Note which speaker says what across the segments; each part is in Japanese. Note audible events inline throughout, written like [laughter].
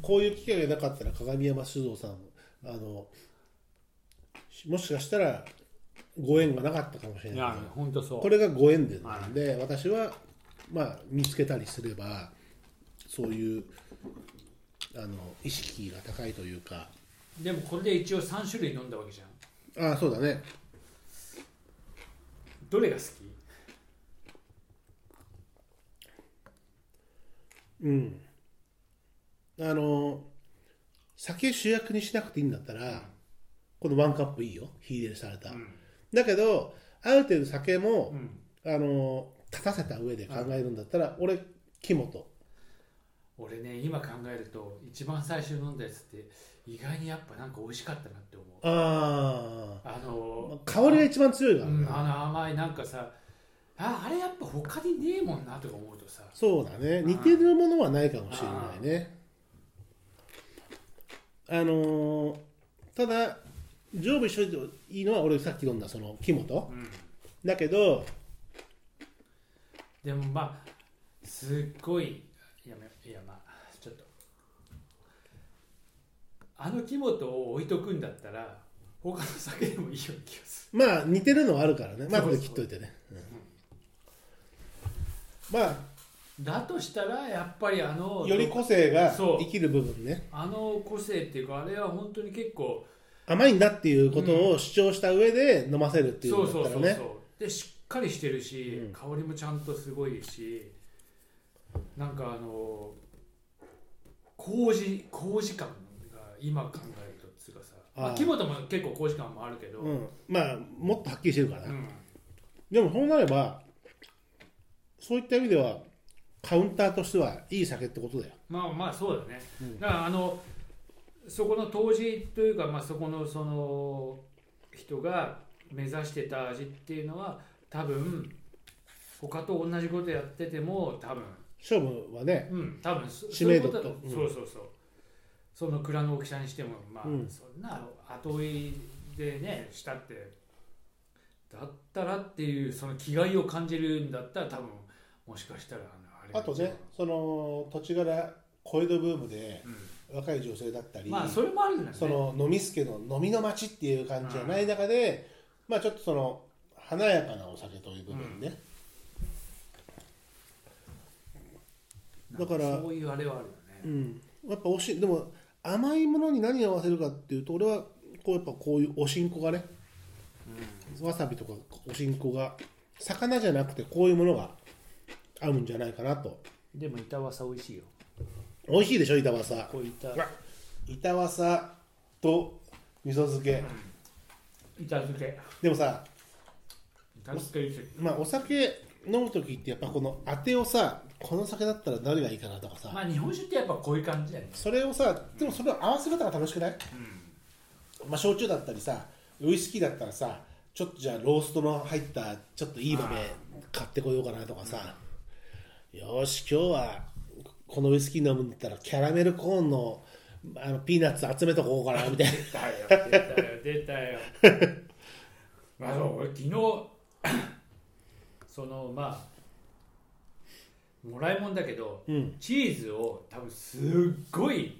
Speaker 1: こういう機会がなかったら鏡山酒造さんあのもしかしたらご縁がなかったかもしれ
Speaker 2: い
Speaker 1: ない
Speaker 2: や本当そう
Speaker 1: これがご縁でなんで、私は、まあ、見つけたりすればそういうあの意識が高いというか
Speaker 2: でもこれで一応3種類飲んだわけじゃん
Speaker 1: ああそうだね
Speaker 2: どれが好き
Speaker 1: うんあの酒主役にしなくていいんだったら、このワンカップいいよ火入れされた、
Speaker 2: うん
Speaker 1: だけどある程度酒も
Speaker 2: う、ん
Speaker 1: あの立たせた上で考えるんだったら、俺肝と
Speaker 2: 俺ね今考えると一番最初に飲んだやつって意外にやっぱなんか美味しかったなって思う
Speaker 1: あ
Speaker 2: あ
Speaker 1: あ、ま
Speaker 2: の
Speaker 1: あ香りが一番強いから
Speaker 2: う
Speaker 1: ね、
Speaker 2: んあの甘いなんかさああれやっぱ他にねえもんなとか思うとさ
Speaker 1: そうだね
Speaker 2: うん
Speaker 1: 似てるものはないかもしれないねあのーただ常備しといていいのは俺さっき飲んだその肝と
Speaker 2: うん
Speaker 1: だけど
Speaker 2: でもまあすっごいやめいやまあちょっとあの木本を置いとくんだったら他の酒でもいいような気がす
Speaker 1: まあ似てるのはあるからねまあ
Speaker 2: そ
Speaker 1: 後
Speaker 2: うそう
Speaker 1: で切っといてね、うんまあ
Speaker 2: るだとしたらやっぱりあの
Speaker 1: より個性が
Speaker 2: そう
Speaker 1: 生きる部分ね
Speaker 2: あの個性っていうかあれは本当に結構
Speaker 1: 甘いんだっていうことを主張した上で飲ませるってい
Speaker 2: そううん
Speaker 1: だ
Speaker 2: そ
Speaker 1: っ
Speaker 2: う
Speaker 1: た
Speaker 2: そ
Speaker 1: ら
Speaker 2: う
Speaker 1: ね
Speaker 2: そうでしっかりしてるし、
Speaker 1: うん
Speaker 2: 香りもちゃんとすごいしなんかあの麹麹感が今考えるとつうかさま
Speaker 1: あ
Speaker 2: あ
Speaker 1: ー
Speaker 2: 木本も結構麹感もあるけど、
Speaker 1: うん、まあもっとはっきりしてるからな、
Speaker 2: うん
Speaker 1: でもそうなればそういった意味ではカウンターとしてはいい酒ってことだよ
Speaker 2: まあまあそうだね、
Speaker 1: うん
Speaker 2: だからあのそこの当時というか、まあ、そこのその人が目指してた味っていうのは多分他と同じことやってても多分
Speaker 1: 勝負はね
Speaker 2: うん多分そ
Speaker 1: 知名度
Speaker 2: そ
Speaker 1: と
Speaker 2: ういうことだ
Speaker 1: う
Speaker 2: そうそうそうその蔵の大きさにしてもまあ、
Speaker 1: うん
Speaker 2: そんな後追いでねしたってだったらっていうその気概を感じるんだったら多分もしかしたらあの
Speaker 1: あ
Speaker 2: あれ
Speaker 1: とねその土地柄小江戸ブームで
Speaker 2: うん
Speaker 1: 若い女性だったり、
Speaker 2: まあそれもあるんだよね
Speaker 1: その飲み助の飲みの街っていう感じじゃない中で、まあちょっとその華やかなお酒という部分ね、だから
Speaker 2: なんそういうあれはあるよ
Speaker 1: う
Speaker 2: ね、
Speaker 1: んやっぱおしでも甘いものに何を合わせるかっていうと俺はこうやっぱこういうおしんこがねわさびとかおしんこが魚じゃなくてこういうものが合うんじゃないかなと
Speaker 2: でも板わさ美味しいよ
Speaker 1: 美味しいでしょ板わさ
Speaker 2: こういった
Speaker 1: うわ板わさと味噌漬け
Speaker 2: 板漬け
Speaker 1: でもさ、
Speaker 2: 板漬けいいですよ
Speaker 1: まあ、お酒飲む時ってやっぱこのあてをさこの酒だったら何がいいかなとかさ、
Speaker 2: まあ日本酒ってやっぱこういう感じだよね、
Speaker 1: それをさでもそれを合わせ方が楽しくない、まあ、焼酎だったりさウイスキーだったらさちょっとじゃあローストの入ったちょっといい豆買ってこようかなとかさ、よし今日はこのウイスキー飲むんだったらキャラメルコーンのあのピーナッツ集めとこうかなみたい
Speaker 2: [laughs]
Speaker 1: な
Speaker 2: 出たよ出たよ出た [laughs] よまあそう俺昨日そのまあもらいもんだけど
Speaker 1: うん
Speaker 2: チーズを多分すっごい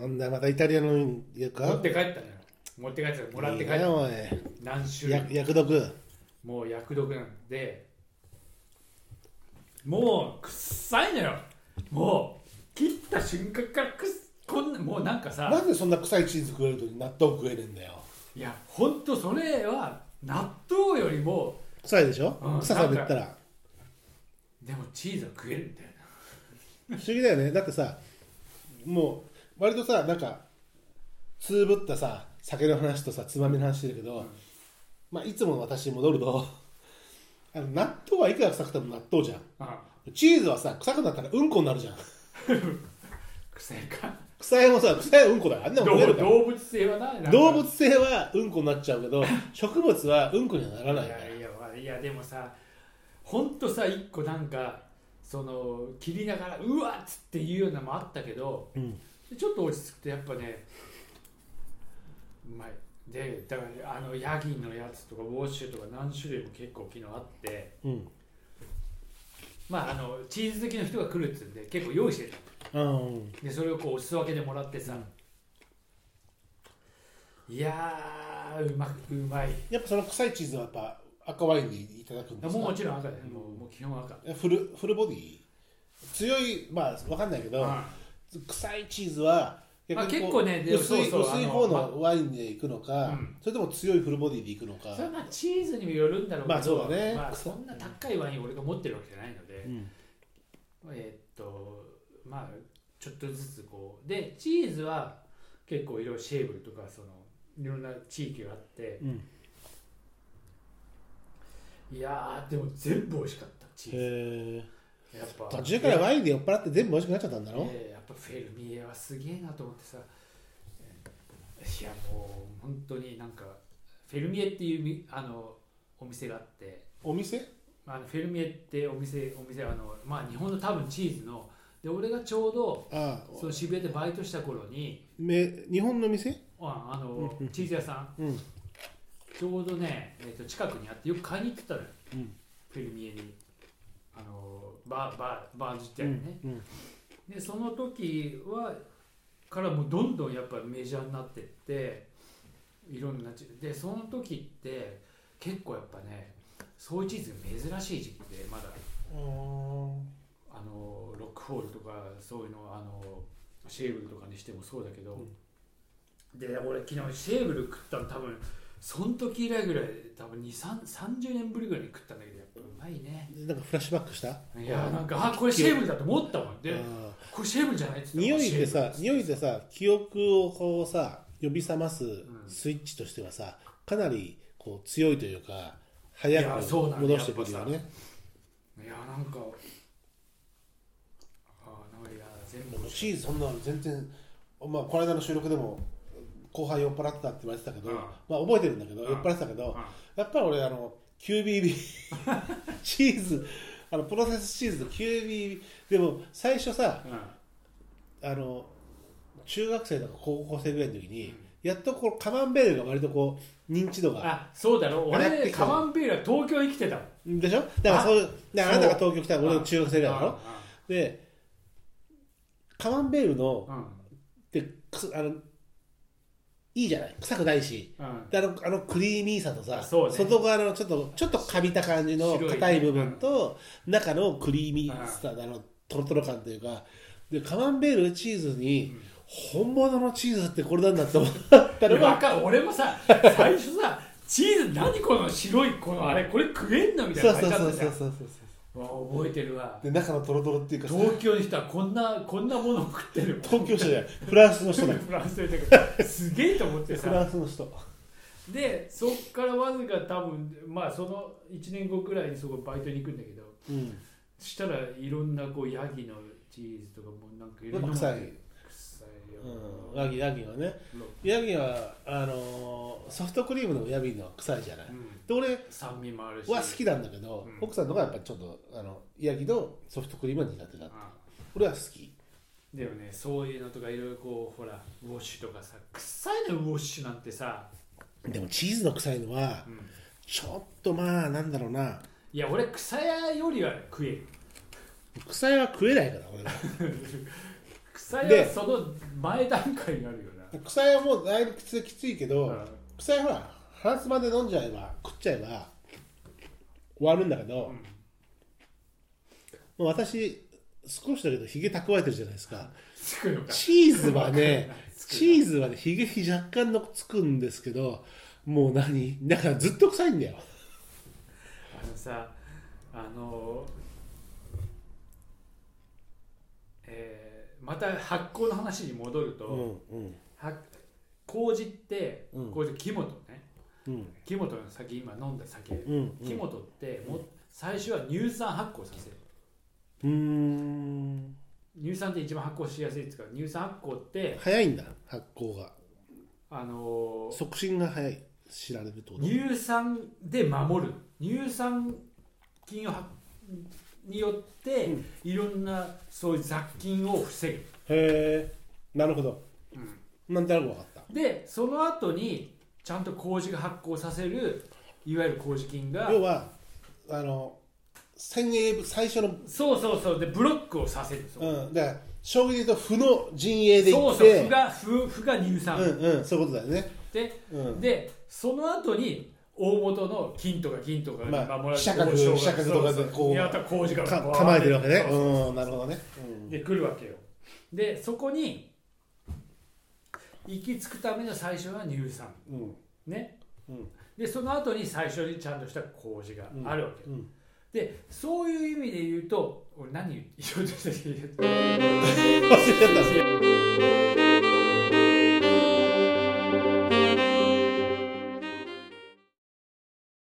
Speaker 1: あんなまたイタリアのやつ
Speaker 2: 持っ
Speaker 1: か
Speaker 2: て帰ったのよ持って帰ったのもらって帰っ
Speaker 1: いい
Speaker 2: た
Speaker 1: な
Speaker 2: の
Speaker 1: おい
Speaker 2: 何種類
Speaker 1: や薬毒
Speaker 2: もう薬毒なんでもう臭いのよもう切った瞬間からくっこんなもうなんか
Speaker 1: な
Speaker 2: さ
Speaker 1: んでそんな臭いチーズ食えるのに納豆食えねえんだよ
Speaker 2: いやほんとそれは納豆よりも
Speaker 1: 臭いでしょ、
Speaker 2: うん
Speaker 1: 臭さで言ったら
Speaker 2: でもチーズは食えるみたいな
Speaker 1: 不思議だよねだってさもう割とさなんかつぶったさ酒の話とさつまみの話してるけど、まあ、いつもの私に戻ると [laughs] あの納豆はいくら臭くても納豆じゃん
Speaker 2: あ
Speaker 1: チーズはさ臭くなったらうんこになるじゃん
Speaker 2: 臭いか
Speaker 1: 臭いもさ臭いうんこだよあんなもん食え
Speaker 2: 動
Speaker 1: るか
Speaker 2: 動物性はななんから
Speaker 1: 動物性はうんこになっちゃうけど植物はうんこにはならない
Speaker 2: い
Speaker 1: から
Speaker 2: やいやまあいやでもさほんとさ一個なんかその切りながらうわっつって言うようなのもあったけど
Speaker 1: うん
Speaker 2: でちょっと落ち着くとやっぱねうまいでだからあのヤギのやつとかウォッシュとか何種類も結構昨日あって
Speaker 1: うん
Speaker 2: まああのチーズ好きの人が来るっつうんで結構用意してた
Speaker 1: うん
Speaker 2: でそれをこうお裾分けでもらってさ、いやーうまくうまい
Speaker 1: やっぱその臭いチーズはやっぱ赤ワインでいただくん
Speaker 2: も
Speaker 1: です
Speaker 2: う
Speaker 1: か
Speaker 2: もちろん赤だよ、もうもう基本赤
Speaker 1: フルフルボディ強いまあわかんないけど、
Speaker 2: は
Speaker 1: 臭いチーズは
Speaker 2: まあ
Speaker 1: にこう
Speaker 2: 結構ねでも
Speaker 1: 薄い
Speaker 2: そうそう
Speaker 1: 薄い
Speaker 2: あの
Speaker 1: 方のワインでいくのか、
Speaker 2: うん
Speaker 1: それとも強いフルボディでいくのか
Speaker 2: それはまあチーズにもよるんだろうけど、
Speaker 1: まあそうだね
Speaker 2: まあそんな高いワインを俺が持ってるわけじゃないので、
Speaker 1: うん
Speaker 2: えーっとまあちょっとずつこうでチーズは結構いろいろシェーブルとかそのいろんな地域があって
Speaker 1: うん
Speaker 2: いやーでも全部美味しかったチー
Speaker 1: へえ
Speaker 2: ズやっぱ
Speaker 1: 途中からワインで酔っ払って全部美味しくなっちゃったんだろ、
Speaker 2: えーやっぱフェルミエはすげえなと思ってさえーいやもう本当になんかフェルミエっていうみあのお店があって
Speaker 1: お店
Speaker 2: まああのフェルミエってお店お店あのまあ日本の多分チーズので俺がちょうど
Speaker 1: ああ
Speaker 2: その渋谷でバイトした頃に
Speaker 1: め日本の店
Speaker 2: ああ
Speaker 1: うん
Speaker 2: の
Speaker 1: うん
Speaker 2: チーズ屋さん
Speaker 1: うん
Speaker 2: ちょうどね、えー、と近くにあってよく買いに行ってたのよ、
Speaker 1: うん
Speaker 2: フェルミエにあのバーバーバー自体
Speaker 1: う
Speaker 2: ね、
Speaker 1: んうん
Speaker 2: でその時はからもうどんどんやっぱりメジャーになってっていろんなチでその時って結構やっぱねそういうチーズが珍しい時期でまだあのロックホールとかそういうのあのシェーブルとかにしてもそうだけど、で俺昨日シェーブル食ったの多分その時以来ぐらい多分2 3 30年ぶりぐらいに食ったんだけどやっぱうまいね
Speaker 1: なんかフラッシュバックした
Speaker 2: いやなんかあこれシェーブルだと思ったもんで、
Speaker 1: ああ
Speaker 2: これシェーブルじゃないっつって
Speaker 1: 匂いでさ
Speaker 2: シェーブル
Speaker 1: 匂いでさ記憶をこうさ呼び覚ます
Speaker 2: ん
Speaker 1: スイッチとしてはさかなりこう強いというか早
Speaker 2: いや
Speaker 1: く
Speaker 2: そうなんだ
Speaker 1: 戻してくるよね
Speaker 2: いやなんかあなんかいや全部
Speaker 1: でもチーズそんなの全然まあこの間の収録でも後輩酔っ払ってたって言われてたけど、
Speaker 2: うん
Speaker 1: まあ覚えてるんだけど、
Speaker 2: うん
Speaker 1: 酔っ払ってたけど、
Speaker 2: うん
Speaker 1: やっぱり俺あの [laughs] QBB チーズあのプロセスチーズと QBB でも最初さ
Speaker 2: うん
Speaker 1: あの中学生とか高校生ぐらいの時に、やっとこうカマンベールが割とこう認知度が
Speaker 2: あそうだろ
Speaker 1: あれやっ
Speaker 2: 俺
Speaker 1: てき
Speaker 2: ね
Speaker 1: た
Speaker 2: カ
Speaker 1: の
Speaker 2: マンベールは東京生きてたもん
Speaker 1: でしょだからそういうだからあなたが東京来たら俺の中学生ぐらいだろ
Speaker 2: う
Speaker 1: でカマンベールの
Speaker 2: んうん
Speaker 1: でくあのいいじゃない臭くないし
Speaker 2: うん
Speaker 1: であのあのクリーミーさとさ、
Speaker 2: そうね
Speaker 1: 外側のちょっとちょっとかびた感じの
Speaker 2: 白いね
Speaker 1: 硬い部分と、中のクリーミーさだのトロトロ感というかでカマンベールチーズに本物のチーズってこれなんだって思ったの
Speaker 2: いや [laughs] わ
Speaker 1: が
Speaker 2: かる俺もさ最初さチーズ何この白いこのあれこれ食えんのみたい
Speaker 1: そう
Speaker 2: な
Speaker 1: そう
Speaker 2: 感じだ
Speaker 1: そ
Speaker 2: っ
Speaker 1: うそう
Speaker 2: たじゃ
Speaker 1: んそうそう
Speaker 2: わ覚えてるわ
Speaker 1: で中のトロトロっていうかさ
Speaker 2: 東京の人はこんなこんなものを食ってるもん
Speaker 1: 東京人じゃないフランスの人だよ
Speaker 2: フランスでだからすげえと思って
Speaker 1: フ
Speaker 2: さ
Speaker 1: ランスの人
Speaker 2: でそっからわずか多分まあその1年後くらいにそこバイトに行くんだけど
Speaker 1: うん
Speaker 2: そしたらいろんなこうヤギのチーズとかもうなんかいろんなもの
Speaker 1: やっぱ臭い
Speaker 2: 臭いよ、
Speaker 1: うんヤギヤギはねヤギはあのーソフトクリームのヤギのは臭いじゃない、
Speaker 2: うん
Speaker 1: で俺
Speaker 2: 酸味もあるし
Speaker 1: は好きなんだけど、
Speaker 2: うん
Speaker 1: 奥さんの方がやっぱちょっとあのヤギのソフトクリームは苦手だ
Speaker 2: あ
Speaker 1: 俺は好き
Speaker 2: でもねそういうのとかいろいろこうほらウォッシュとかさ臭いのウォッシュなんてさ、
Speaker 1: でもチーズの臭いのは
Speaker 2: うん
Speaker 1: ちょっとまあなんだろうない
Speaker 2: や俺草屋よりは食える
Speaker 1: 臭いは食えないから俺
Speaker 2: [laughs]
Speaker 1: は
Speaker 2: 草屋
Speaker 1: で
Speaker 2: はその前段階にあるよな
Speaker 1: 臭いはもうだいぶきつきついけど、
Speaker 2: うん
Speaker 1: 臭いは鼻つまんで飲んじゃえば食っちゃえば終わるんだけど、
Speaker 2: うん
Speaker 1: もう私少しだけどひげ蓄えてるじゃないですか
Speaker 2: つくのか
Speaker 1: チーズは
Speaker 2: [laughs]
Speaker 1: ねチーズはねひげ若干のつくんですけどもう何だからずっと臭いんだよ
Speaker 2: あのさあのえーまた発酵の話に戻ると、
Speaker 1: うんうん
Speaker 2: は麹って
Speaker 1: うん
Speaker 2: 麹木本ね
Speaker 1: うん
Speaker 2: 木本の酒今飲んだ酒、
Speaker 1: うん
Speaker 2: 木本っても、最初は乳酸発酵させる
Speaker 1: うーん
Speaker 2: 乳酸って一番発酵しやすいですから乳酸発酵って
Speaker 1: 早いんだ発酵が
Speaker 2: あの
Speaker 1: 促進が早い知られるってこと
Speaker 2: 乳酸で守る乳酸菌をはによって、
Speaker 1: うん
Speaker 2: いろんなそういう雑菌を防
Speaker 1: へえなるほど
Speaker 2: ぐ、
Speaker 1: なんとなく分かった
Speaker 2: でその後にちゃんと麹が発酵させるいわゆる麹菌が
Speaker 1: 要はあの先鋭部最初の
Speaker 2: そうそうそうでブロックをさせるそう
Speaker 1: うんだから将棋で言うと負の陣営で行
Speaker 2: そ
Speaker 1: っ
Speaker 2: うそう
Speaker 1: て
Speaker 2: 負が負負が乳酸、
Speaker 1: うんうんそういうことだよね
Speaker 2: で
Speaker 1: うん
Speaker 2: でその後に大元の金とか銀とか
Speaker 1: まあ
Speaker 2: が守られ
Speaker 1: 飛
Speaker 2: て
Speaker 1: 車角
Speaker 2: 王将が
Speaker 1: 飛車角とかでこう
Speaker 2: そうそう宮田浩二が
Speaker 1: か
Speaker 2: こう
Speaker 1: 構えてるわけね
Speaker 2: そうそう
Speaker 1: うんなるほどねうん
Speaker 2: で来るわけよでそこに行き着くための最初は乳酸
Speaker 1: うん
Speaker 2: ね、
Speaker 1: うん
Speaker 2: でその後に最初にちゃんとした工事があるわけ、
Speaker 1: うん
Speaker 2: でそういう意味で言うと俺何言おうとしたっけ
Speaker 1: 忘れちゃった